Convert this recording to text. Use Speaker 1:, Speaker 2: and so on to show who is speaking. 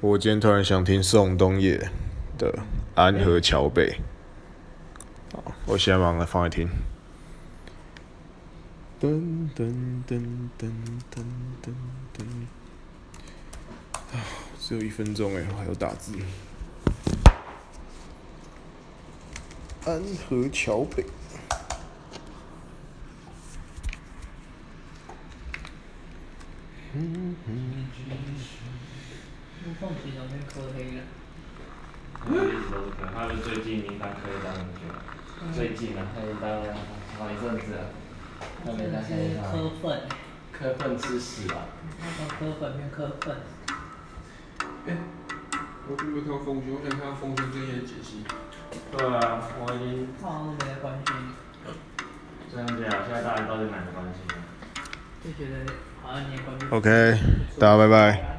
Speaker 1: 我今天突然想听宋冬野的《安河桥北》好，我现在马上放来听。噔噔噔噔噔噔噔，啊，只有一分钟哎，我还有打字。安河桥北。嗯嗯
Speaker 2: 我嗯放几张片科黑了，
Speaker 3: 那一直都可能嗯他们最近名单可以当很久了，最近啊，他已经当了好一阵子啊了，那没当
Speaker 2: 真
Speaker 3: 现
Speaker 2: 的是
Speaker 3: 在
Speaker 2: 科粉，
Speaker 3: 科笨吃屎啊！
Speaker 2: 那从科粉变科粉，
Speaker 4: 我准备看风险，我想看风险这些解析。
Speaker 3: 对啊，我已经
Speaker 2: 他好像都没在关心，
Speaker 3: 这样讲，现在大家到底哪个关系呢？
Speaker 2: 就觉得好像你也关心。
Speaker 1: OK，大家拜拜。